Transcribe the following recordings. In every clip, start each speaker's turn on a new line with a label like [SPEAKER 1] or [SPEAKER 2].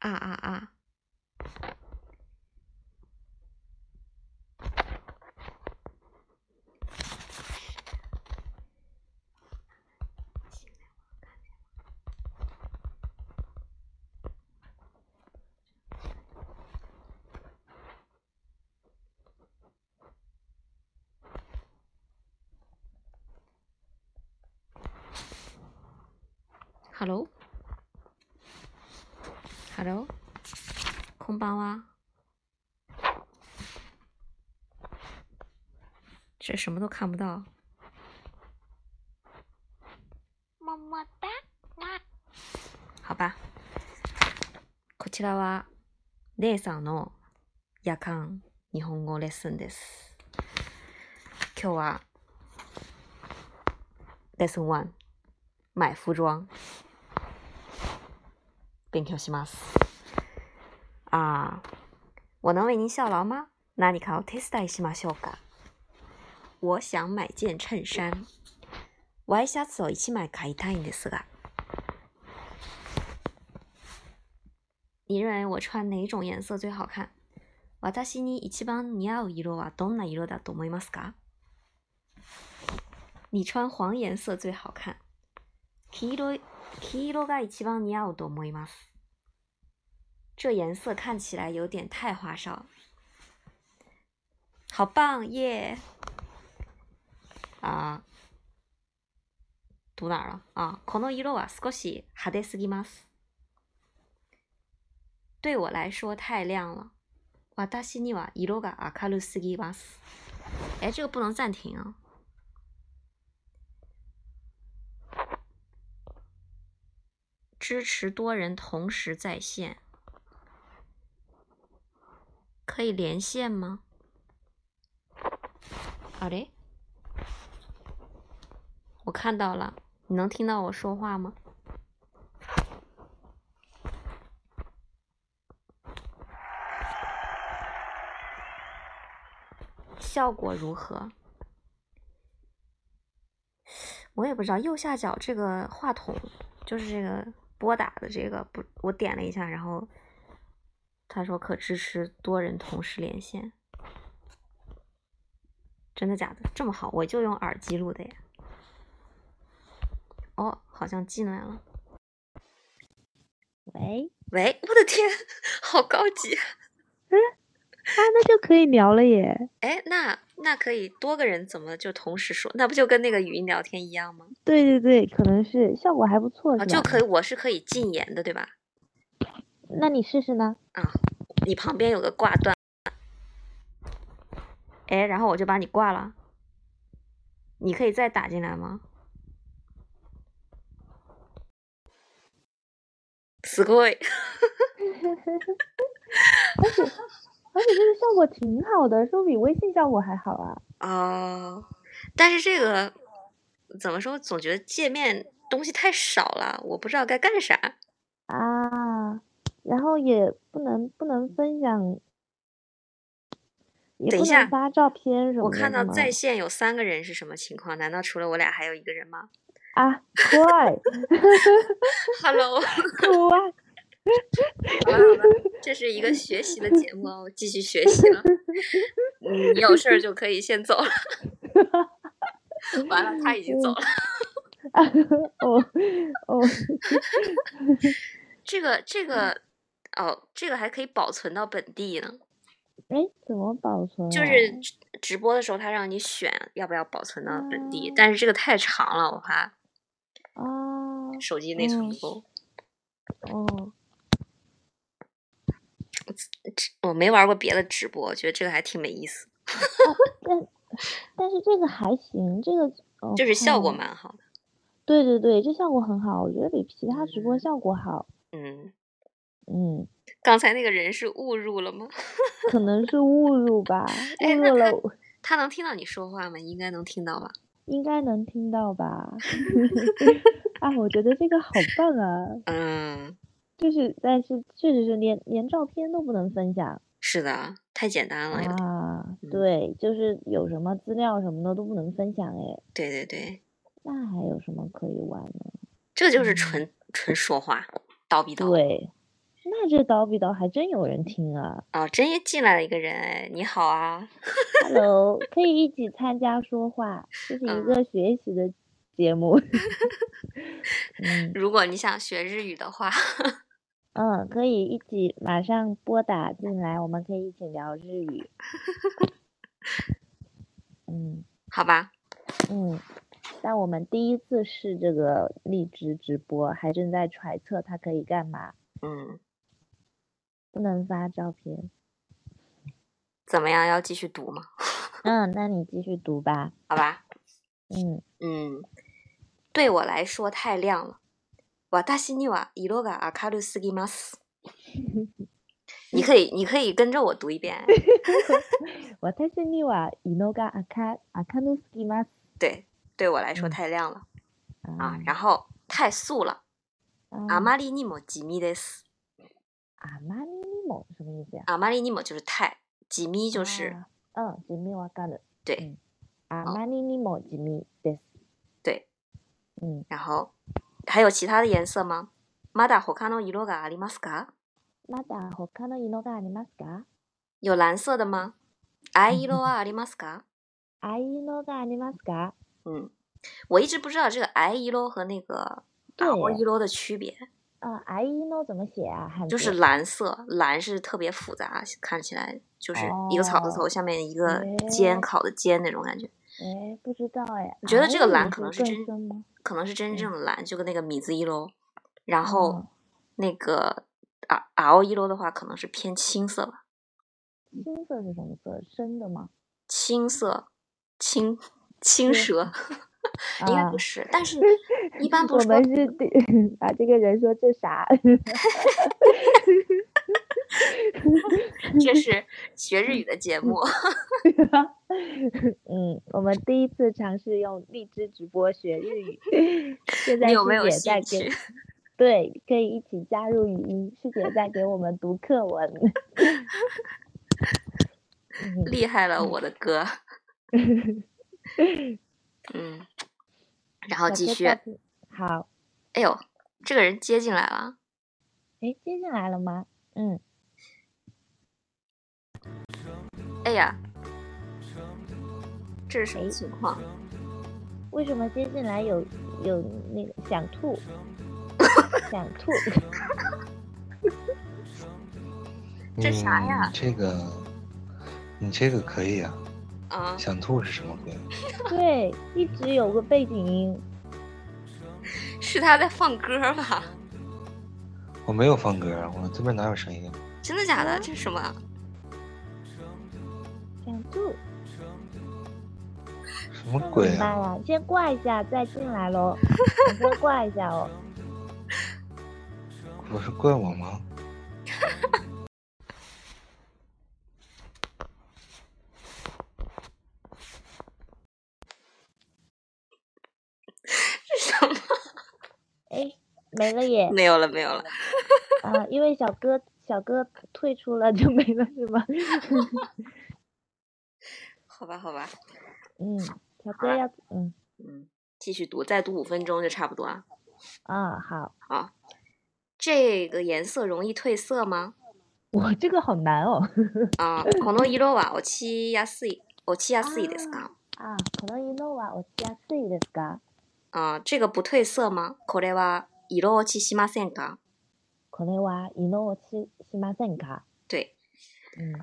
[SPEAKER 1] 啊啊啊！Hello。Hello，こんばんは。这什么都看不到。
[SPEAKER 2] 么么哒，
[SPEAKER 1] 好吧。こちらは、レイさんの夜間日本語レッスンです。今日は、レッスン1、买服装。勉強します。あー、我能为您效劳吗何かを手伝いしましょうか我想买件衬衫。ワイシャツを1枚買いたいんですが。你认为我穿哪种颜色最好看？私に一番似合う色はどんな色だと思いますか？你穿黄颜色最好看。黄色い黄色が一番似合うと思います。这颜色看起来有点太花哨。好棒耶！啊，读哪儿了？啊，この色は少し派手すぎます。对我来说太亮了。私には色が明るすぎます。哎，这个不能暂停啊。支持多人同时在线，可以连线吗？好嘞，我看到了，你能听到我说话吗？效果如何？我也不知道，右下角这个话筒就是这个拨打的这个不，我点了一下，然后他说可支持多人同时连线，真的假的？这么好，我就用耳机录的耶。哦，好像进来了。
[SPEAKER 2] 喂，
[SPEAKER 1] 喂，我的天，好高级！
[SPEAKER 2] 啊，那就可以聊了耶。
[SPEAKER 1] 哎，那那可以多个人怎么就同时说？那不就跟那个语音聊天一样吗？
[SPEAKER 2] 对对对，可能是效果还不错，
[SPEAKER 1] 啊，
[SPEAKER 2] 是吧？
[SPEAKER 1] 就可以，。我是可以禁言的，对吧？
[SPEAKER 2] 那你试试呢？
[SPEAKER 1] 你旁边有个挂断，哎，然后我就把你挂了。你可以再打进来吗？すごい。
[SPEAKER 2] 而且而且这个效果挺好的，是不是比微信效果还好啊？
[SPEAKER 1] 哦，但是这个怎么说？总觉得界面东西太少了，我不知道该干啥。
[SPEAKER 2] 啊，然后也不能不能分享，也
[SPEAKER 1] 等
[SPEAKER 2] 不
[SPEAKER 1] 一下
[SPEAKER 2] 能发照片什么的。
[SPEAKER 1] 我看到
[SPEAKER 2] 是吗
[SPEAKER 1] 在线有三个人是什么情况？难道除了我俩还有一个人吗
[SPEAKER 2] 啊，快
[SPEAKER 1] ？Hello，
[SPEAKER 2] 快！
[SPEAKER 1] 好了好了，这是一个学习的节目，啊我继续学习了。嗯你有事儿就可以先走了。完了，他已经走了。
[SPEAKER 2] 啊，哦哦，
[SPEAKER 1] 这个这个，哦，这个还可以保存到本地呢。
[SPEAKER 2] 哎，怎么保存啊？
[SPEAKER 1] 就是直直播的时候，他让你选要不要保存到本地
[SPEAKER 2] 啊，
[SPEAKER 1] 但是这个太长了，我怕
[SPEAKER 2] 啊，
[SPEAKER 1] 手机内存
[SPEAKER 2] 嗯
[SPEAKER 1] 不够。
[SPEAKER 2] 哦。
[SPEAKER 1] 我没玩过别的直播，我觉得这个还挺没意思，
[SPEAKER 2] 但但是这个还行，这个、呃
[SPEAKER 1] 就是效果
[SPEAKER 2] 看
[SPEAKER 1] 蛮好的。
[SPEAKER 2] 对对对，这效果很好，我觉得比其他直播
[SPEAKER 1] 嗯
[SPEAKER 2] 效果好。
[SPEAKER 1] 嗯，
[SPEAKER 2] 嗯，
[SPEAKER 1] 刚才那个人是误入了吗？
[SPEAKER 2] 可能是误入吧，误
[SPEAKER 1] 哎那
[SPEAKER 2] 入
[SPEAKER 1] 他
[SPEAKER 2] 了，
[SPEAKER 1] 他能听到你说话吗？应该能听到吧？
[SPEAKER 2] 应该能听到 吧？ 啊，我觉得这个好棒啊！
[SPEAKER 1] 嗯，
[SPEAKER 2] 就是，但是确实是连连照片都不能分享
[SPEAKER 1] 是的，太简单了。有点
[SPEAKER 2] 啊
[SPEAKER 1] 嗯。
[SPEAKER 2] 对，就是有什么资料什么的都不能分享哎。
[SPEAKER 1] 对对对，
[SPEAKER 2] 那还有什么可以玩呢？
[SPEAKER 1] 这就是
[SPEAKER 2] 嗯
[SPEAKER 1] 纯纯说话，叨逼叨。
[SPEAKER 2] 对，那这叨逼叨还真有人听啊
[SPEAKER 1] 哦，真进来了一个人，哎，你好啊。
[SPEAKER 2] ！Hello，可以一起参加说话，这是一个学习的节目。 嗯
[SPEAKER 1] 如果你想学日语的话，
[SPEAKER 2] 嗯，可以一起马上拨打进来，我们可以一起聊日语。嗯
[SPEAKER 1] 好吧，
[SPEAKER 2] 嗯，但我们第一次试这个荔枝直播，还正在揣测它可以干嘛，
[SPEAKER 1] 嗯，
[SPEAKER 2] 不能发照片。
[SPEAKER 1] 怎么样？要继续读吗？
[SPEAKER 2] 嗯，那你继续读吧。
[SPEAKER 1] 好吧，
[SPEAKER 2] 嗯。
[SPEAKER 1] 嗯，对我来说太亮了。私には色が明るすぎ ます。你可以，你可以跟着我读一 遍。哎
[SPEAKER 2] 私には色が赤赤のすぎます。
[SPEAKER 1] 对，对我来说
[SPEAKER 2] 嗯
[SPEAKER 1] 太亮了、啊
[SPEAKER 2] 啊，
[SPEAKER 1] 然后太素了。
[SPEAKER 2] 嗯
[SPEAKER 1] あまりにも地味です。
[SPEAKER 2] あまりにも什么意思呀？
[SPEAKER 1] あまりにも就是太，地味就是、
[SPEAKER 2] 啊嗯，地味わかる。
[SPEAKER 1] 对
[SPEAKER 2] 嗯あまりにも地味です。
[SPEAKER 1] 对。
[SPEAKER 2] 嗯，
[SPEAKER 1] 然后还有其他的颜色吗？まだ他の色がありますか？
[SPEAKER 2] まだ他の色がありますか？
[SPEAKER 1] 有蓝色的吗？藍色はありますか？
[SPEAKER 2] 藍色がありますか？
[SPEAKER 1] 嗯，我一直不知道这个藍色和那个
[SPEAKER 2] 对
[SPEAKER 1] 青色的区别，
[SPEAKER 2] 啊，藍色怎么写啊？汉字
[SPEAKER 1] 就是蓝色，蓝是特别复杂，看起来就是一个草字头下面一个
[SPEAKER 2] 哦
[SPEAKER 1] 尖
[SPEAKER 2] 诶
[SPEAKER 1] 烤的尖那种感觉，
[SPEAKER 2] 哎，不知道哎。
[SPEAKER 1] 我觉得这个
[SPEAKER 2] 藍
[SPEAKER 1] 蓝
[SPEAKER 2] 也
[SPEAKER 1] 可能是
[SPEAKER 2] 是
[SPEAKER 1] 真
[SPEAKER 2] 更深吗？
[SPEAKER 1] 可能是真
[SPEAKER 2] 嗯
[SPEAKER 1] 正的蓝，就跟那个米字一喽。然后
[SPEAKER 2] 哦
[SPEAKER 1] 那个啊青色的话，可能是偏青色吧，
[SPEAKER 2] 青色是什么色？深的吗？
[SPEAKER 1] 青色青青
[SPEAKER 2] 青
[SPEAKER 1] 蛇。 应该
[SPEAKER 2] 啊
[SPEAKER 1] 不，是，但 是一般不
[SPEAKER 2] 我
[SPEAKER 1] 是说
[SPEAKER 2] 们是第 把这个人说这啥？
[SPEAKER 1] 这是学日语的节目。
[SPEAKER 2] 嗯，我们第一次尝试用荔枝直播学日语，现在
[SPEAKER 1] 你有
[SPEAKER 2] 师
[SPEAKER 1] 没有
[SPEAKER 2] 姐在
[SPEAKER 1] 兴
[SPEAKER 2] 给
[SPEAKER 1] 趣？
[SPEAKER 2] 对，可以一起加入语音，师姐在给我们读课 文。嗯
[SPEAKER 1] 厉害了，我 的哥。嗯，然后
[SPEAKER 2] 小
[SPEAKER 1] 继
[SPEAKER 2] 蝌
[SPEAKER 1] 续。
[SPEAKER 2] 蚪是好，
[SPEAKER 1] 哎呦，这个人接进来了。
[SPEAKER 2] 哎，接进来了吗？嗯，
[SPEAKER 1] 哎呀，这是什么情况？
[SPEAKER 2] 为什么接进来有有那个想吐， 想吐？
[SPEAKER 1] 这啥呀
[SPEAKER 3] 嗯这个，你这个可以啊。
[SPEAKER 1] 啊，
[SPEAKER 3] 想吐是什么歌？
[SPEAKER 2] 对，一直有个背景音。
[SPEAKER 1] 是他在放歌吧？
[SPEAKER 3] 我没有放歌啊，我这边哪有声音啊？
[SPEAKER 1] 真的假的？这是什么？啊
[SPEAKER 2] 想吐，
[SPEAKER 3] 什么
[SPEAKER 2] 那怎么
[SPEAKER 3] 鬼
[SPEAKER 2] 办
[SPEAKER 3] 啊？
[SPEAKER 2] 呀？先挂一下，再进来喽。你先挂一下哦。
[SPEAKER 1] 嗯
[SPEAKER 3] 不是怪我吗？
[SPEAKER 1] 是什么？
[SPEAKER 2] 哎，没了耶。
[SPEAKER 1] 没有了，没有了。
[SPEAKER 2] 啊，因为小哥小哥退出了就没了是吗？
[SPEAKER 1] 好吧，好吧。
[SPEAKER 2] 嗯，小
[SPEAKER 1] 好
[SPEAKER 2] 哥
[SPEAKER 1] 了
[SPEAKER 2] 要嗯
[SPEAKER 1] 嗯，继续读，再读五分钟就差不多了。
[SPEAKER 2] 啊好，
[SPEAKER 1] 啊，这个颜色容易褪色吗？
[SPEAKER 2] 我这个好难哦
[SPEAKER 1] あ、この色は落ちやすい、落ちやすいですか？
[SPEAKER 2] 啊，可能一弄完我加自己的嘎，
[SPEAKER 1] あ、啊这个不褪色吗？これは色落ちしませんか？
[SPEAKER 2] 可能哇一弄我去西马森嘎，
[SPEAKER 1] 对，
[SPEAKER 2] 嗯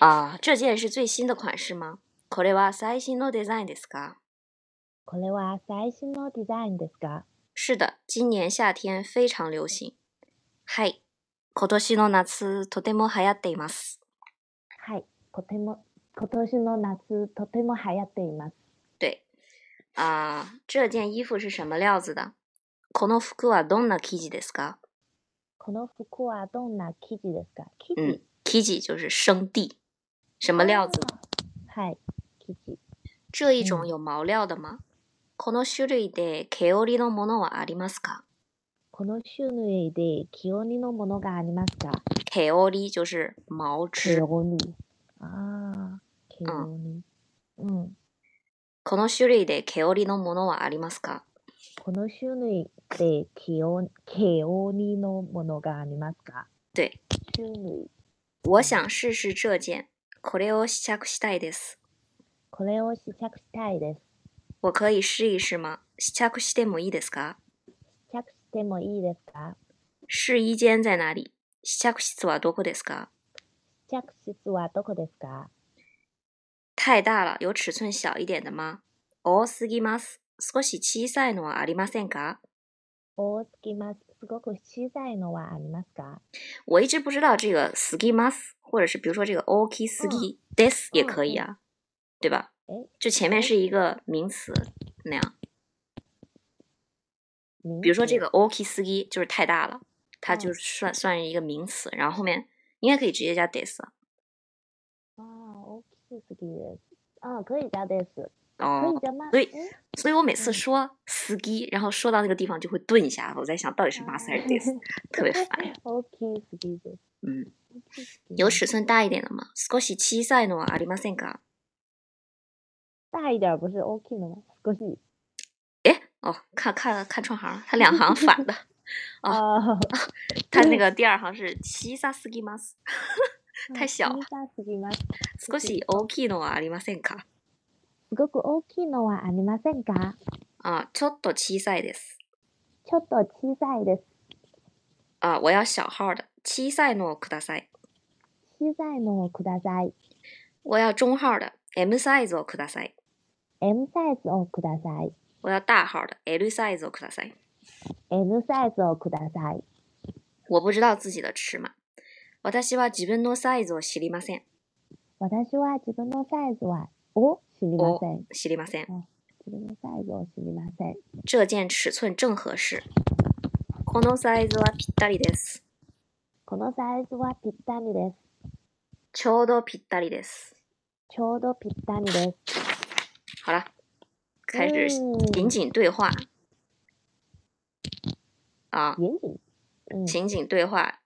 [SPEAKER 1] 啊，这件是最新的款式吗？これは最新のデザインですか？
[SPEAKER 2] 可能哇最新のデザインですか？
[SPEAKER 1] 是的，今年夏天非常流行。はい、今年の夏とても流行っています。
[SPEAKER 2] はい、とても今年の夏とても流行っています。
[SPEAKER 1] 对，啊，这件衣服是什么料子的？この服はどんな生地ですか？
[SPEAKER 2] この服はどんな生地ですか？生地、
[SPEAKER 1] 嗯，生地就是生地，什么料子？
[SPEAKER 2] あーはい、生地。
[SPEAKER 1] 这一种
[SPEAKER 2] 嗯
[SPEAKER 1] 有毛料的吗？この種類で毛織りのものはありますか？
[SPEAKER 2] この種類で気温のものがありますか？
[SPEAKER 1] 毛織り就是毛
[SPEAKER 2] ケ
[SPEAKER 1] 织。
[SPEAKER 2] オニああ、ケオニ。うん。
[SPEAKER 1] この種類で毛織りのものはありますか？
[SPEAKER 2] この種類でケオケオニのものがありますか
[SPEAKER 1] 对，
[SPEAKER 2] 修女，
[SPEAKER 1] 我想试试这件。これを試着したいです。
[SPEAKER 2] これを試着したいです。
[SPEAKER 1] 我可以试一试吗？試着してもいいですか？
[SPEAKER 2] 試着してもいいですか
[SPEAKER 1] 试衣间在哪里？試着室はどこですか？
[SPEAKER 2] 試着室はどこですか
[SPEAKER 1] 太大了，有尺寸小一点的吗？多すぎます。少し小さいのはありませんか？
[SPEAKER 2] 多すぎます。すごく小さいのはありますか
[SPEAKER 1] 我一直不知道这个 ski mas，或者是比如说这个 ok ski this 也可以啊，对吧
[SPEAKER 2] 诶？
[SPEAKER 1] 就前面是一个名词那样，
[SPEAKER 2] 比
[SPEAKER 1] 比如说这个 ok ski 就是太大了，它就算算是一个名词，然后后面应该可以直接加啊 this
[SPEAKER 2] ああ、大きすぎです。ああ、可以加です。可以
[SPEAKER 1] 哦。
[SPEAKER 2] 加吗？
[SPEAKER 1] 对
[SPEAKER 2] 嗯，
[SPEAKER 1] 所以我每次说 ski，然后说到那个地方就会顿一下，我在想到底是 mas 还是 this，特别烦。
[SPEAKER 2] 大きすぎです。
[SPEAKER 1] 嗯，
[SPEAKER 2] 大きすぎ
[SPEAKER 1] 有
[SPEAKER 2] です
[SPEAKER 1] 尺寸大一点的吗？少し小さいのはありませんか？
[SPEAKER 2] 大一点不是大きいの吗？少し。
[SPEAKER 1] 哎，哦，看看看串行，它两行反的。哦
[SPEAKER 2] ああ、
[SPEAKER 1] 它那个第二行是小さすぎます。太小
[SPEAKER 2] 小さすぎます。
[SPEAKER 1] 少し大きいのはありませんか？
[SPEAKER 2] すごく大きいのはありませんか
[SPEAKER 1] 啊，ちょっと小さいです。
[SPEAKER 2] ちょっと小さいです。
[SPEAKER 1] 啊，我要小号的，小さいのをください。
[SPEAKER 2] 小さいのをください。
[SPEAKER 1] 我要中号的，M size をください。
[SPEAKER 2] M サイズをください。
[SPEAKER 1] 我要大号的，L size をください。
[SPEAKER 2] M サイズをください。
[SPEAKER 1] 我不知道自己的尺码。私は自分のサイズを知りません。
[SPEAKER 2] 私は自分のサイズはを知りません。
[SPEAKER 1] 知りません。
[SPEAKER 2] 自分のサイズを知りません。
[SPEAKER 1] 这件尺寸正合适。このサイズはぴったりです。
[SPEAKER 2] このサイズはぴったりです。
[SPEAKER 1] ちょうどぴったりです。
[SPEAKER 2] ちょうどぴったりです。
[SPEAKER 1] 好了，开始
[SPEAKER 2] 嗯
[SPEAKER 1] 情景对话。啊，
[SPEAKER 2] 严谨。うん。
[SPEAKER 1] 情景对话，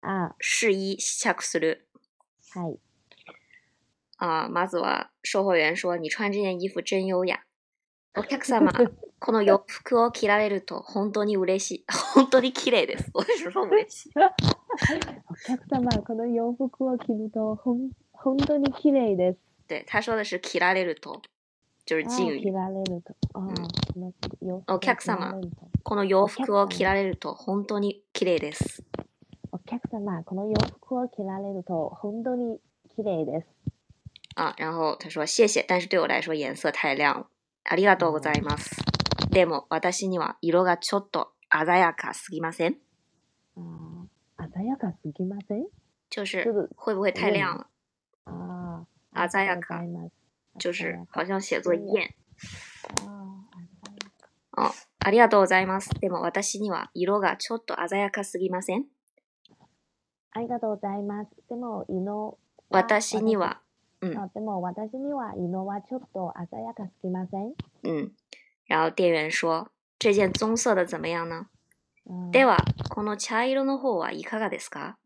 [SPEAKER 2] あ、
[SPEAKER 1] 试衣試着する。
[SPEAKER 2] はい。
[SPEAKER 1] 啊，まずは售货员说：“你穿这件衣服真优雅。”お客様、この洋服を着られると本当に嬉しい。本当に綺麗です。我只说嬉しい。
[SPEAKER 2] お客様、この洋服を着ると、ほん、本当に綺麗です。
[SPEAKER 1] 对，他说的是着られると，就是
[SPEAKER 2] あ
[SPEAKER 1] 敬
[SPEAKER 2] 着
[SPEAKER 1] 语。
[SPEAKER 2] られると。あ
[SPEAKER 1] ん
[SPEAKER 2] あ、この洋服
[SPEAKER 1] お客様
[SPEAKER 2] を着られると
[SPEAKER 1] この洋服を着られると本当に綺麗です。
[SPEAKER 2] お客様、この洋服を着られると、本当に綺麗です。
[SPEAKER 1] 啊，然后他说谢谢，但是对我来说颜色太亮了。ありがとうございます。でも私には色がちょっと鮮やかすぎません？
[SPEAKER 2] ああ、鮮やかすぎません
[SPEAKER 1] 就
[SPEAKER 2] 这个
[SPEAKER 1] 是会不会太亮了？
[SPEAKER 2] あ
[SPEAKER 1] あ
[SPEAKER 2] あ、
[SPEAKER 1] 鮮や
[SPEAKER 2] あ
[SPEAKER 1] か
[SPEAKER 2] りがとうございます。
[SPEAKER 1] 就是好像写作
[SPEAKER 2] 嗯
[SPEAKER 1] 艳。
[SPEAKER 2] ああ、鮮やか。
[SPEAKER 1] 哦，ありがとうございます。でも私には色がちょっと鮮やかすぎません？
[SPEAKER 2] ありがとうございます。でも、色
[SPEAKER 1] 私には、
[SPEAKER 2] 私あでも、私には色はちょっと鮮やかすぎません。
[SPEAKER 1] 嗯。然后店员说：“这件棕色的怎么样呢？”
[SPEAKER 2] うん
[SPEAKER 1] では、この茶色の方はいかがですか？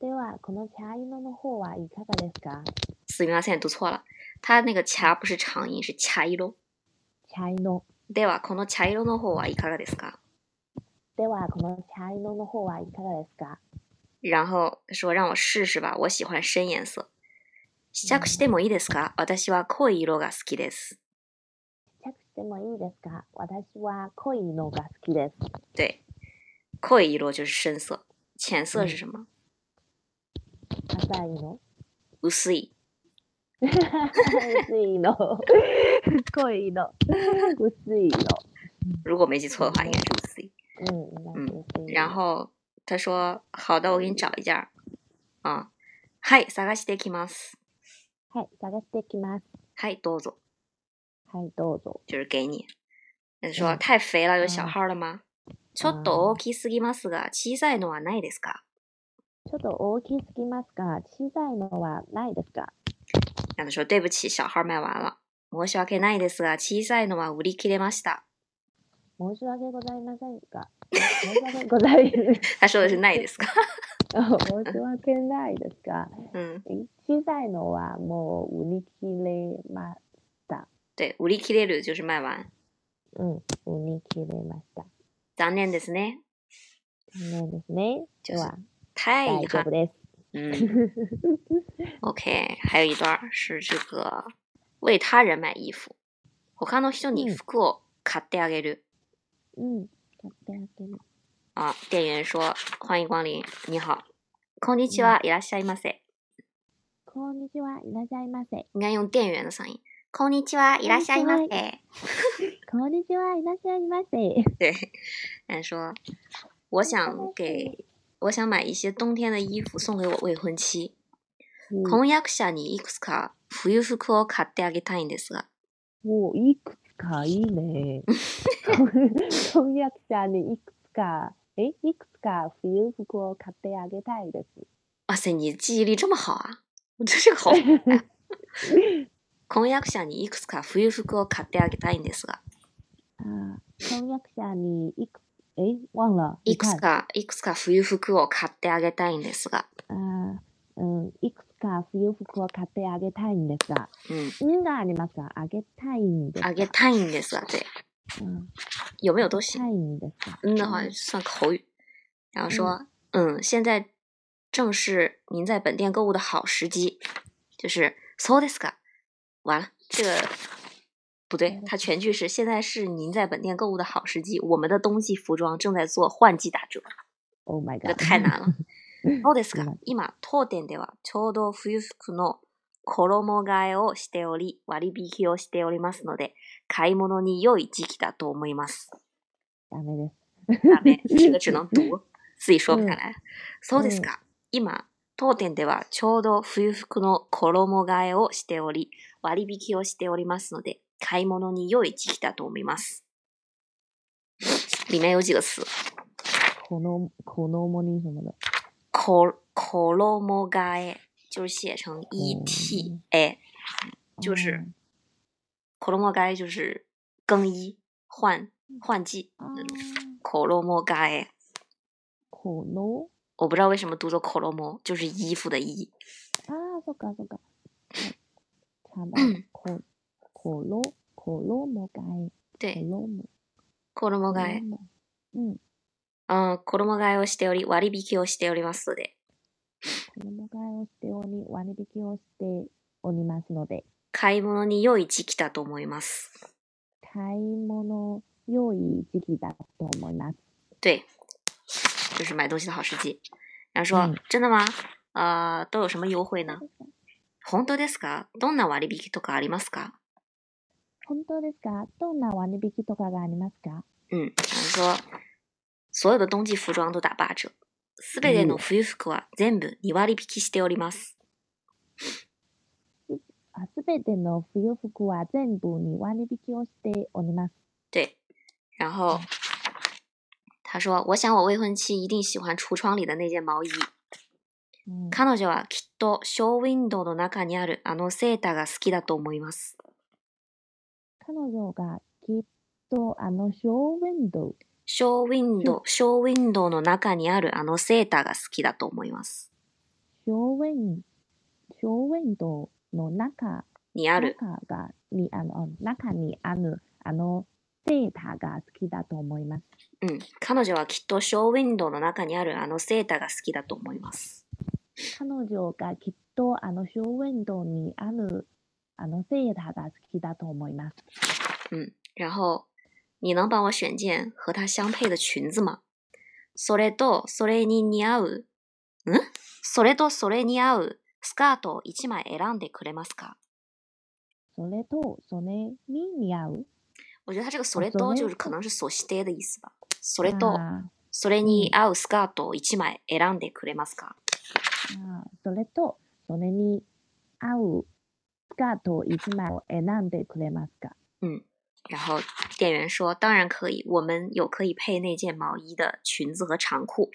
[SPEAKER 2] では、この茶色の方はいかがですか
[SPEAKER 1] すみません，读错了。他那个茶不是长音，是茶色。
[SPEAKER 2] 茶色。
[SPEAKER 1] では、この茶色の方はいかがですか？
[SPEAKER 2] では、この茶色の方はいかがですか
[SPEAKER 1] 然后说让我试试吧，我喜欢深颜色。試着してもいいですか？私は濃い色が好きです。
[SPEAKER 2] 試着してもいいですか私は濃いのが好きです。
[SPEAKER 1] 对，濃い色就是深色，浅色是什么？
[SPEAKER 2] 浅いの
[SPEAKER 1] 薄い。
[SPEAKER 2] 薄いの。濃いの。薄い
[SPEAKER 1] 如果没记错的话，应该是薄い。
[SPEAKER 2] の。うん、なんか薄い
[SPEAKER 1] 然
[SPEAKER 2] の。
[SPEAKER 1] 后他说：“好的，我给你找一件儿。”啊，はい、探してきます。
[SPEAKER 2] はい、探してきます。
[SPEAKER 1] はい、どうぞ，
[SPEAKER 2] はい、どうぞ。
[SPEAKER 1] 就是给你。他说：“
[SPEAKER 2] 嗯
[SPEAKER 1] 太肥了，有小
[SPEAKER 2] 嗯
[SPEAKER 1] 号了吗？”ちょっと大きすぎますが、小さいのはないですか？
[SPEAKER 2] ちょっと大きすぎますが、小さいのはないですか
[SPEAKER 1] 让他说对不起，小号卖完了。申し訳ないですが、小さいのは売り切れました。
[SPEAKER 2] 申し訳ございませんが。申し訳ございません。
[SPEAKER 1] 他说的是ないですか？
[SPEAKER 2] 申し訳ないですが、
[SPEAKER 1] 嗯，
[SPEAKER 2] 小さいのはもう売り切れま、
[SPEAKER 1] 对，売り切れる就是卖完。
[SPEAKER 2] うん、売り切れました。
[SPEAKER 1] 残念ですね。
[SPEAKER 2] 残念ですね。
[SPEAKER 1] 就
[SPEAKER 2] ですは、
[SPEAKER 1] 太
[SPEAKER 2] 大
[SPEAKER 1] 遗憾
[SPEAKER 2] 丈。夫です。
[SPEAKER 1] 嗯 ，OK，还有一段儿是这个为他人买衣服，他の人に
[SPEAKER 2] 嗯
[SPEAKER 1] 服を買ってあげる。
[SPEAKER 2] 嗯，買ってあげる
[SPEAKER 1] 啊，店员说：“欢迎光临，你好。”こんにちは、いらっしゃいませ。
[SPEAKER 2] こんにちは、いらっしゃいませ。
[SPEAKER 1] 应该用店员的嗓音。こんにちは、いらっしゃいま
[SPEAKER 2] こんにち
[SPEAKER 1] せ。
[SPEAKER 2] こんにちは、いらっしゃいませ。
[SPEAKER 1] 对，然后说：“我想给，我想买一些冬天的衣服送给我未婚妻。
[SPEAKER 2] 嗯
[SPEAKER 1] 婚約者にいくつか冬服を買ってあげたいんですが。
[SPEAKER 2] お、いくつかいいね。婚約者にいくつか、え、いくつか冬服を買ってあげたいです。
[SPEAKER 1] 哇塞，你记忆力这么好啊！我真是好。 婚約者にいくつか冬服を買ってあげたいんですが。
[SPEAKER 2] あー、婚約者にいく、え、忘了。
[SPEAKER 1] いくつ
[SPEAKER 2] 你看
[SPEAKER 1] か、いくつか冬服を買ってあげたいんですが。
[SPEAKER 2] あー、うん、いくつか冬服を買ってあげたいんですが、
[SPEAKER 1] 嗯。”
[SPEAKER 2] んがありますかあげたいんで す。
[SPEAKER 1] あげたいんですが，对，
[SPEAKER 2] うん
[SPEAKER 1] 有没有都
[SPEAKER 2] あげた
[SPEAKER 1] 行。
[SPEAKER 2] いんですが。
[SPEAKER 1] 嗯嗯的话算口语。然后说，嗯，现在正是您在本店购物的好时机，就是そうですか。完了，这个不对，它全句是现在是您在本店购物的好时机，我们的冬季服装正在做换季打折，
[SPEAKER 2] Oh my
[SPEAKER 1] 这个
[SPEAKER 2] god。
[SPEAKER 1] 太难了。そうですか
[SPEAKER 2] うん。
[SPEAKER 1] 今当店ではちょうど冬服の衣替えをしており割引をしておりますので買い物に良い時期だと思います。
[SPEAKER 2] ダメです。
[SPEAKER 1] ダメ，这个只能读，自己说不下来。そうです
[SPEAKER 2] うん
[SPEAKER 1] か。今、当店ではちょうど冬服の衣替えをしており、割引をしておりますので、買い物に良い時期だと思います。里面有几个词，
[SPEAKER 2] この、このもに什么的。
[SPEAKER 1] こ衣替え就是写成 e t a，就是衣替え就是更衣、换换季。
[SPEAKER 2] あー。
[SPEAKER 1] 衣替え，
[SPEAKER 2] この、
[SPEAKER 1] 我不知道为什么读作 “kolomo”，就是衣服的衣。
[SPEAKER 2] ああ、そっかそっか。はいこ、ころ、ころもがえ、
[SPEAKER 1] 对
[SPEAKER 2] こ。ろ
[SPEAKER 1] 衣
[SPEAKER 2] も。
[SPEAKER 1] 替え。
[SPEAKER 2] 衣うん、
[SPEAKER 1] あー衣替えをしており、割引をしておりますので、
[SPEAKER 2] 衣替えをしており、割引をしておりますので、
[SPEAKER 1] 買い物に良い時期だと思います。
[SPEAKER 2] 買い物、良い時期だと思います。
[SPEAKER 1] 对，就是买东西的好时机。然后说、
[SPEAKER 2] 嗯
[SPEAKER 1] 真的吗？呃，都有什么优惠呢？本当ですか？どんな割引とかありますか？
[SPEAKER 2] 本当ですかどんな割引とかがありますか
[SPEAKER 1] 嗯，然后说所有的冬季服装都打八折，すべての冬服は全部2割引きしております。
[SPEAKER 2] あすべての冬服は全部に割引をしております。
[SPEAKER 1] 对，然后他说，我想我未婚妻一定喜欢橱窗里的那件毛衣。
[SPEAKER 2] うん、
[SPEAKER 1] 彼女はきっとショーウィンドウの中にあるあのセーターが好きだと思います。
[SPEAKER 2] 彼女がきっとあのショーウィンドウ、
[SPEAKER 1] ショーウィンドウ、ショーウィンドウの中にあるあのセーターが好きだと思います。
[SPEAKER 2] ショーウィン、ショーウィンドウの中、
[SPEAKER 1] にある。
[SPEAKER 2] 中が、に、あの、中にある、あの、セーターが好きだと思います。
[SPEAKER 1] うん。彼女はきっとショーウィンドウの中にあるあのセーターが好きだと思います。
[SPEAKER 2] 彼女がきっとあのショーウィンドウにある、あのセーターが好きだと思います。
[SPEAKER 1] 嗯然后、你能帮我选件和它相配的裙子吗それと、それに似合う、んそれと、それに合うスカートを1枚選んでくれますか
[SPEAKER 2] それと、それに似合う。
[SPEAKER 1] 我觉得它这个“それ
[SPEAKER 2] そ
[SPEAKER 1] と”
[SPEAKER 2] れ
[SPEAKER 1] 就是可
[SPEAKER 2] と
[SPEAKER 1] 能是“所して”的意思吧。それと、
[SPEAKER 2] あ
[SPEAKER 1] それに合うスカートを1枚選んでくれますか
[SPEAKER 2] ーあーそれと、それに合うスカートを1枚を選んでくれますか
[SPEAKER 1] 然后店员说：“当然可以，我们有可以配那件毛衣的裙子和长裤。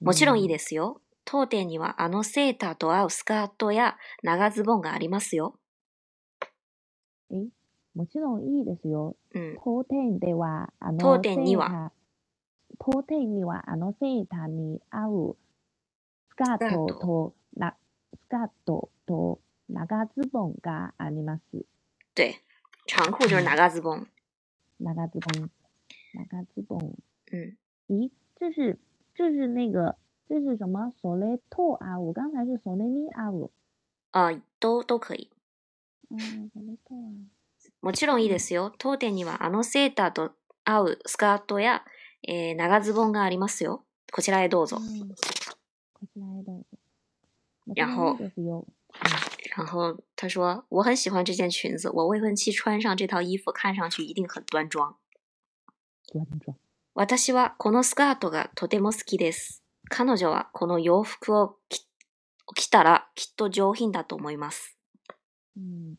[SPEAKER 1] もちろんいいですよ。当店にはあのセーターと合うスカートや長ズボンがありますよ。
[SPEAKER 2] もちろんいいですよ。
[SPEAKER 1] うん、
[SPEAKER 2] 当店では、あの、
[SPEAKER 1] 当店には
[SPEAKER 2] セーター、当店にはあのセーターに合うスカート
[SPEAKER 1] スカー
[SPEAKER 2] と、なスカートと長ズボンがあります。
[SPEAKER 1] 对，长裤就是
[SPEAKER 2] 嗯
[SPEAKER 1] 長ズボン。
[SPEAKER 2] 長ズボン。長ズボン。
[SPEAKER 1] 嗯，
[SPEAKER 2] 咦，这是这是那个这是什么？索雷托阿五，刚才是索雷尼阿五。
[SPEAKER 1] あどうどう可以。
[SPEAKER 2] 嗯，索雷托阿五。
[SPEAKER 1] もちろんいいですよ。当店にはあのセーターと合うスカートや、えー長ズボンがありますよ。こちらへどうぞ。
[SPEAKER 2] 嗯，快进来的。
[SPEAKER 1] 然后
[SPEAKER 2] 就是有
[SPEAKER 1] 然后他说：“我很喜欢这件裙子，我未婚妻穿上这套衣服，看上去一定很端庄。
[SPEAKER 2] 端庄。
[SPEAKER 1] 私はこのスカートがとても好きです。彼女はこの洋服を着着たらきっと上品だと思います。
[SPEAKER 2] 嗯，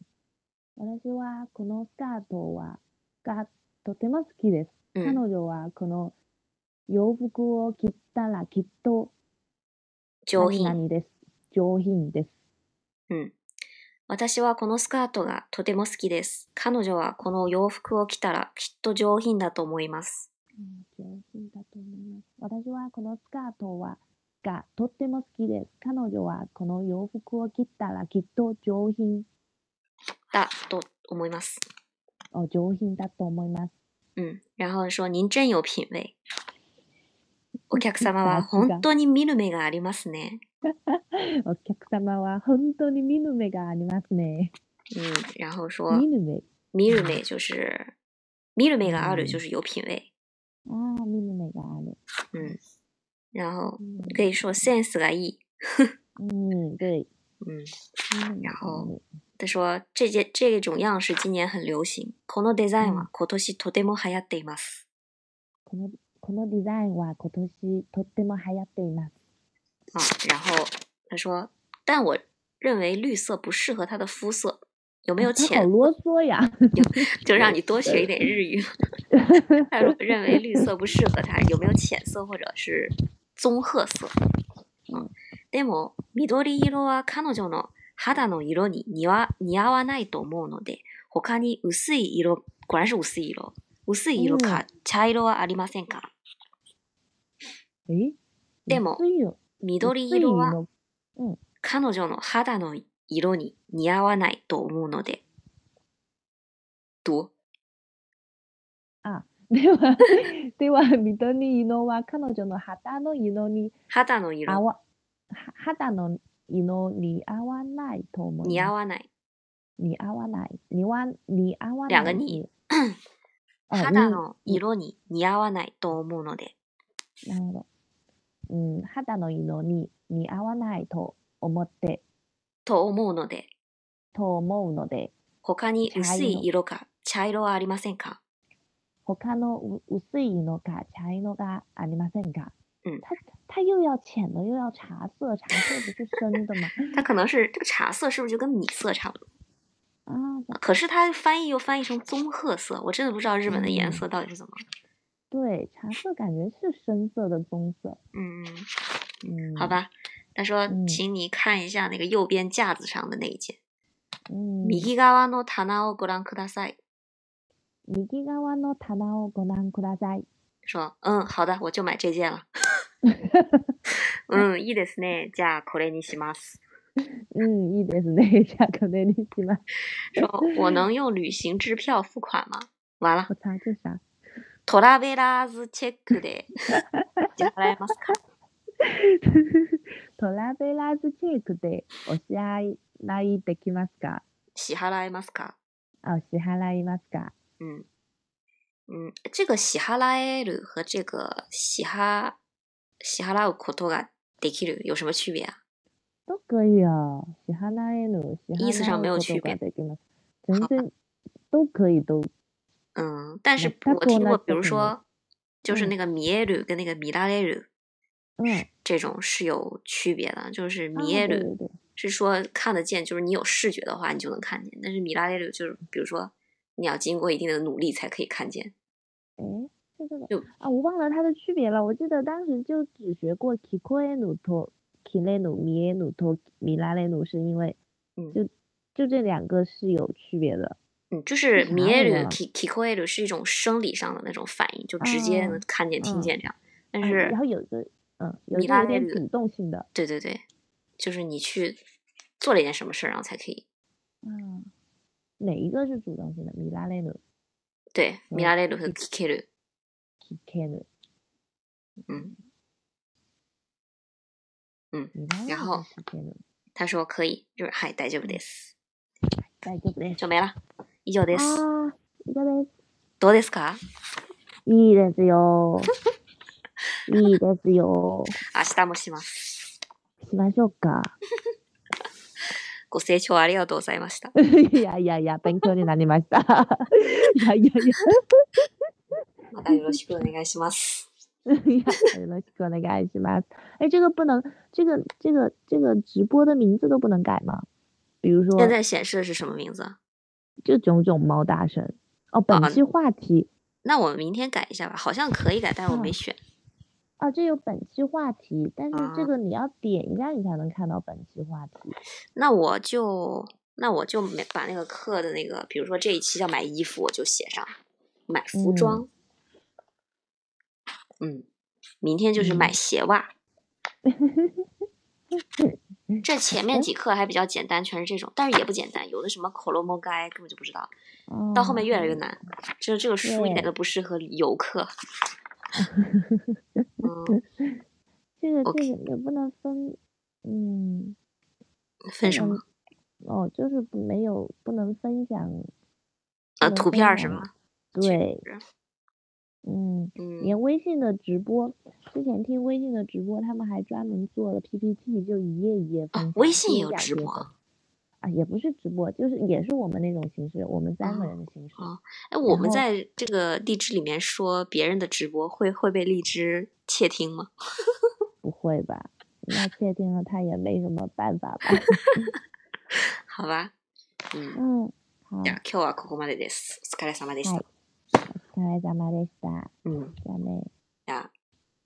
[SPEAKER 2] 私はこのスカートはがとても好きです。
[SPEAKER 1] う
[SPEAKER 2] 彼
[SPEAKER 1] ん、
[SPEAKER 2] 女はこの洋服を着たらきっと
[SPEAKER 1] 上品。
[SPEAKER 2] 何々です。上品です。
[SPEAKER 1] うん。私はこのスカートがとても好きです。彼女はこの洋服を着たらきっと上品だと思います。
[SPEAKER 2] うん上品だと思います。私はこのスカートはがとっても好きです。彼女はこの洋服を着たらきっと上品、
[SPEAKER 1] だと思います。
[SPEAKER 2] お上品だと思います。
[SPEAKER 1] 嗯，然后说您真有品味。お客様は本当に見る目がありますね。
[SPEAKER 2] お客様は本当に見る目がありますね。
[SPEAKER 1] 嗯，然后说
[SPEAKER 2] 見る目。
[SPEAKER 1] 見る目就是見る目があ
[SPEAKER 2] 嗯
[SPEAKER 1] る就是有品味。
[SPEAKER 2] ああ、見る目がある。
[SPEAKER 1] 嗯，然后
[SPEAKER 2] うん
[SPEAKER 1] 可以说嗯 sense がいい。
[SPEAKER 2] うん、对。
[SPEAKER 1] 嗯，
[SPEAKER 2] 見る目
[SPEAKER 1] 然
[SPEAKER 2] があ
[SPEAKER 1] 后
[SPEAKER 2] る。
[SPEAKER 1] 他说这件这种样式今年很流行。このデザインは今年とても流行っています。
[SPEAKER 2] このこのデザインは今年とっても流行っています。
[SPEAKER 1] 啊，然后他说，但我认为绿色不适合他的肤色。有没有
[SPEAKER 2] 他好
[SPEAKER 1] 浅
[SPEAKER 2] 啰嗦呀！
[SPEAKER 1] 就让你多学一点日语。他说认为绿色不适合他，有没有浅色或者是棕褐色？嗯，でも緑色は彼女の肌の色に似合似合わないと思うので、他に薄い色果然是薄い色，薄い色か茶色はありませんか？
[SPEAKER 2] え
[SPEAKER 1] でも
[SPEAKER 2] 薄いよ
[SPEAKER 1] 緑
[SPEAKER 2] 薄い
[SPEAKER 1] 色は
[SPEAKER 2] の
[SPEAKER 1] 彼女の肌の色に似合わないと思うので。读
[SPEAKER 2] あ、では、では、緑色は彼女の肌の色に
[SPEAKER 1] 肌の
[SPEAKER 2] 合
[SPEAKER 1] 色
[SPEAKER 2] わ、は肌の色に合わないと思い
[SPEAKER 1] 似合
[SPEAKER 2] ます。
[SPEAKER 1] わない。
[SPEAKER 2] 似合わない。似わ似合わな
[SPEAKER 3] 两个
[SPEAKER 2] い。
[SPEAKER 1] 你
[SPEAKER 2] あ
[SPEAKER 1] 肌
[SPEAKER 2] に
[SPEAKER 1] の色に似合わないと思うので。
[SPEAKER 2] なるほど。うん、肌の色に似合わないと思って、
[SPEAKER 1] と思うので、
[SPEAKER 2] と思うので、
[SPEAKER 1] 他に薄い色か茶色はありませんか
[SPEAKER 2] 他のう薄い色か茶色がありませんか
[SPEAKER 1] うん
[SPEAKER 2] 他他又要浅的，又要茶色，茶色不是深 的吗？
[SPEAKER 1] 它可能是这个茶色是不是就跟米色差不多？
[SPEAKER 2] 啊，
[SPEAKER 1] 可是它翻译又翻译成棕褐色，我真的不知道日本的颜色到底是怎么。
[SPEAKER 2] 对，茶色感觉是深色的棕色。
[SPEAKER 1] 嗯，
[SPEAKER 2] 嗯，
[SPEAKER 1] 好，吧。他说
[SPEAKER 2] 嗯，
[SPEAKER 1] 请你看一下那个右边架子上的那一件。
[SPEAKER 2] 嗯，
[SPEAKER 1] 右側の棚をご覧ください。
[SPEAKER 2] 右側の棚をご覧ください。
[SPEAKER 1] 说，嗯，好的，我就买这 件了。 嗯， いいですね。じゃあこれにします。
[SPEAKER 2] 嗯，いいですね。じゃあこれにします。
[SPEAKER 1] 说我 能用旅行支票付款吗？完了。
[SPEAKER 2] 我查这啥？
[SPEAKER 1] トラベラーズチェックで支払えますか
[SPEAKER 2] トラベラーズチェックでお支払いできますか？
[SPEAKER 1] 支払えますか
[SPEAKER 2] あ、お支払いますか？
[SPEAKER 1] 嗯嗯，这个支払える和这个支払支払うことができる有什么区别啊？
[SPEAKER 2] どこよ。支払える、支
[SPEAKER 1] 意思
[SPEAKER 2] 払
[SPEAKER 1] 上
[SPEAKER 2] う
[SPEAKER 1] 没有
[SPEAKER 2] こと
[SPEAKER 1] 区
[SPEAKER 2] が
[SPEAKER 1] 别
[SPEAKER 2] できます。全然都可以都。
[SPEAKER 1] 嗯，但是
[SPEAKER 2] 哎那
[SPEAKER 1] 我
[SPEAKER 2] 那
[SPEAKER 1] 听
[SPEAKER 2] 不
[SPEAKER 1] 过，
[SPEAKER 2] 那
[SPEAKER 1] 比如
[SPEAKER 2] 就是
[SPEAKER 1] 说，就是
[SPEAKER 2] 嗯
[SPEAKER 1] 那个見える跟那个見られる
[SPEAKER 2] 嗯，
[SPEAKER 1] 这种是有区别的，就是
[SPEAKER 2] 啊，
[SPEAKER 1] 見え
[SPEAKER 2] 对
[SPEAKER 1] る
[SPEAKER 2] 对对，
[SPEAKER 1] 是说看得见，就是你有视觉的话你就能看见，但是見られる就是比如说你要经过一定的努力才可以看见。
[SPEAKER 2] 哎，是这个
[SPEAKER 1] 就
[SPEAKER 2] 啊，我忘了它的区别了。我记得当时就只学过 kikoenu to kirenu mienu to mirarenu，是因为
[SPEAKER 1] 嗯
[SPEAKER 2] 就就这两个是有区别的。
[SPEAKER 1] 嗯，就是
[SPEAKER 2] 啥
[SPEAKER 1] 見
[SPEAKER 2] 来
[SPEAKER 1] える、
[SPEAKER 2] 着
[SPEAKER 1] 聞聞こえる是一种生理上的那种反应，就直接能
[SPEAKER 2] 嗯
[SPEAKER 1] 看见、听
[SPEAKER 2] 嗯
[SPEAKER 1] 见这样。但
[SPEAKER 2] 嗯
[SPEAKER 1] 是，
[SPEAKER 2] 然后有一个嗯，有一
[SPEAKER 1] 米
[SPEAKER 2] 个
[SPEAKER 1] 拉
[SPEAKER 2] 有点
[SPEAKER 1] 那个
[SPEAKER 2] 主动性的，
[SPEAKER 1] 对对对，就是你去做了一件什么事儿，然后才可以
[SPEAKER 2] 嗯，哪一个是主动性的？mirarenu
[SPEAKER 1] 对
[SPEAKER 2] 嗯
[SPEAKER 1] 見られる和聞ける。
[SPEAKER 2] kikenu，
[SPEAKER 1] 嗯，嗯，
[SPEAKER 2] 你呢？
[SPEAKER 1] 然后
[SPEAKER 2] 你是这种
[SPEAKER 1] 他说可以，就是はい大丈夫です。
[SPEAKER 2] 大丈夫です。
[SPEAKER 1] 就没了，以上です。
[SPEAKER 2] あー、いかです。
[SPEAKER 1] どうですか？
[SPEAKER 2] いいで すよ。いいですよ。
[SPEAKER 1] 明日もします。
[SPEAKER 2] しましょう か。
[SPEAKER 1] ご清聴ありがとうございました。
[SPEAKER 2] いやいやいや、勉強になり ました。いやい やい
[SPEAKER 1] またよろしくお願いします。
[SPEAKER 2] や、いやよろしくお願いします。哎，这个不能，这个这个这个直播的名字都不能改吗？比如说，
[SPEAKER 1] 现在显示的是什么名字？
[SPEAKER 2] 就种种猫大神。哦，本
[SPEAKER 1] 啊
[SPEAKER 2] 期话题
[SPEAKER 1] 那我们明天改一下吧，好像可以改，但是我没
[SPEAKER 2] 嗯
[SPEAKER 1] 选。
[SPEAKER 2] 啊，这有本期话题，但是
[SPEAKER 1] 啊
[SPEAKER 2] 这个你要点一下，你才能看到本期话题。
[SPEAKER 1] 那我就那我就没把那个课的那个，比如说这一期要买衣服，我就写上买服
[SPEAKER 2] 嗯
[SPEAKER 1] 装。嗯明天就是买鞋袜。这前面几课还比较简单，全是这种，但是也不简单，有的什么 k o l o m o g a 根本就不知道，到后面越来越
[SPEAKER 2] 嗯
[SPEAKER 1] 难。这这个书一点
[SPEAKER 2] 对
[SPEAKER 1] 都不适合游 客。嗯，
[SPEAKER 2] 这个
[SPEAKER 1] OK
[SPEAKER 2] 这个也不能分，嗯，
[SPEAKER 1] 分什么？
[SPEAKER 2] 哦，就是没有不能分享
[SPEAKER 1] 呃，
[SPEAKER 2] 能
[SPEAKER 1] 图
[SPEAKER 2] 分
[SPEAKER 1] 片儿是
[SPEAKER 2] 享
[SPEAKER 1] 吗？确
[SPEAKER 2] 对
[SPEAKER 1] 实，
[SPEAKER 2] 嗯，
[SPEAKER 1] 嗯，
[SPEAKER 2] 连微信的直播，之前听微信的直播，他们还专门做了 PPT，就一页一页分
[SPEAKER 1] 哦
[SPEAKER 2] 享。，
[SPEAKER 1] 微信也
[SPEAKER 2] 一
[SPEAKER 1] 有
[SPEAKER 2] 两
[SPEAKER 1] 直
[SPEAKER 2] 页
[SPEAKER 1] 播
[SPEAKER 2] 分。啊，也不是直播，就是也是我们那种形式，我们三个
[SPEAKER 1] 哦
[SPEAKER 2] 人的形式。
[SPEAKER 1] 哦哎，我们
[SPEAKER 2] 后
[SPEAKER 1] 在这个荔枝里面说别人的直播会会被荔枝窃听吗？
[SPEAKER 2] 不会吧？那确定了，他也没什么办法 吧？
[SPEAKER 1] 好吧，嗯，
[SPEAKER 2] 嗯，好，
[SPEAKER 1] じゃあ今日はここまでです。お疲れ様でし
[SPEAKER 2] はい
[SPEAKER 1] た。
[SPEAKER 2] お疲れ様でした。
[SPEAKER 1] うん、
[SPEAKER 2] じゃあね、
[SPEAKER 1] じゃあ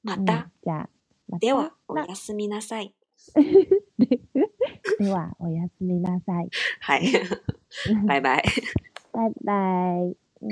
[SPEAKER 1] ま
[SPEAKER 2] うん、
[SPEAKER 1] た。
[SPEAKER 2] じゃあ、ま
[SPEAKER 1] では
[SPEAKER 2] た、
[SPEAKER 1] おやすみなさい。
[SPEAKER 2] では、お やすみなさい。
[SPEAKER 1] はい、バイバイ。
[SPEAKER 2] バイバイ。うん。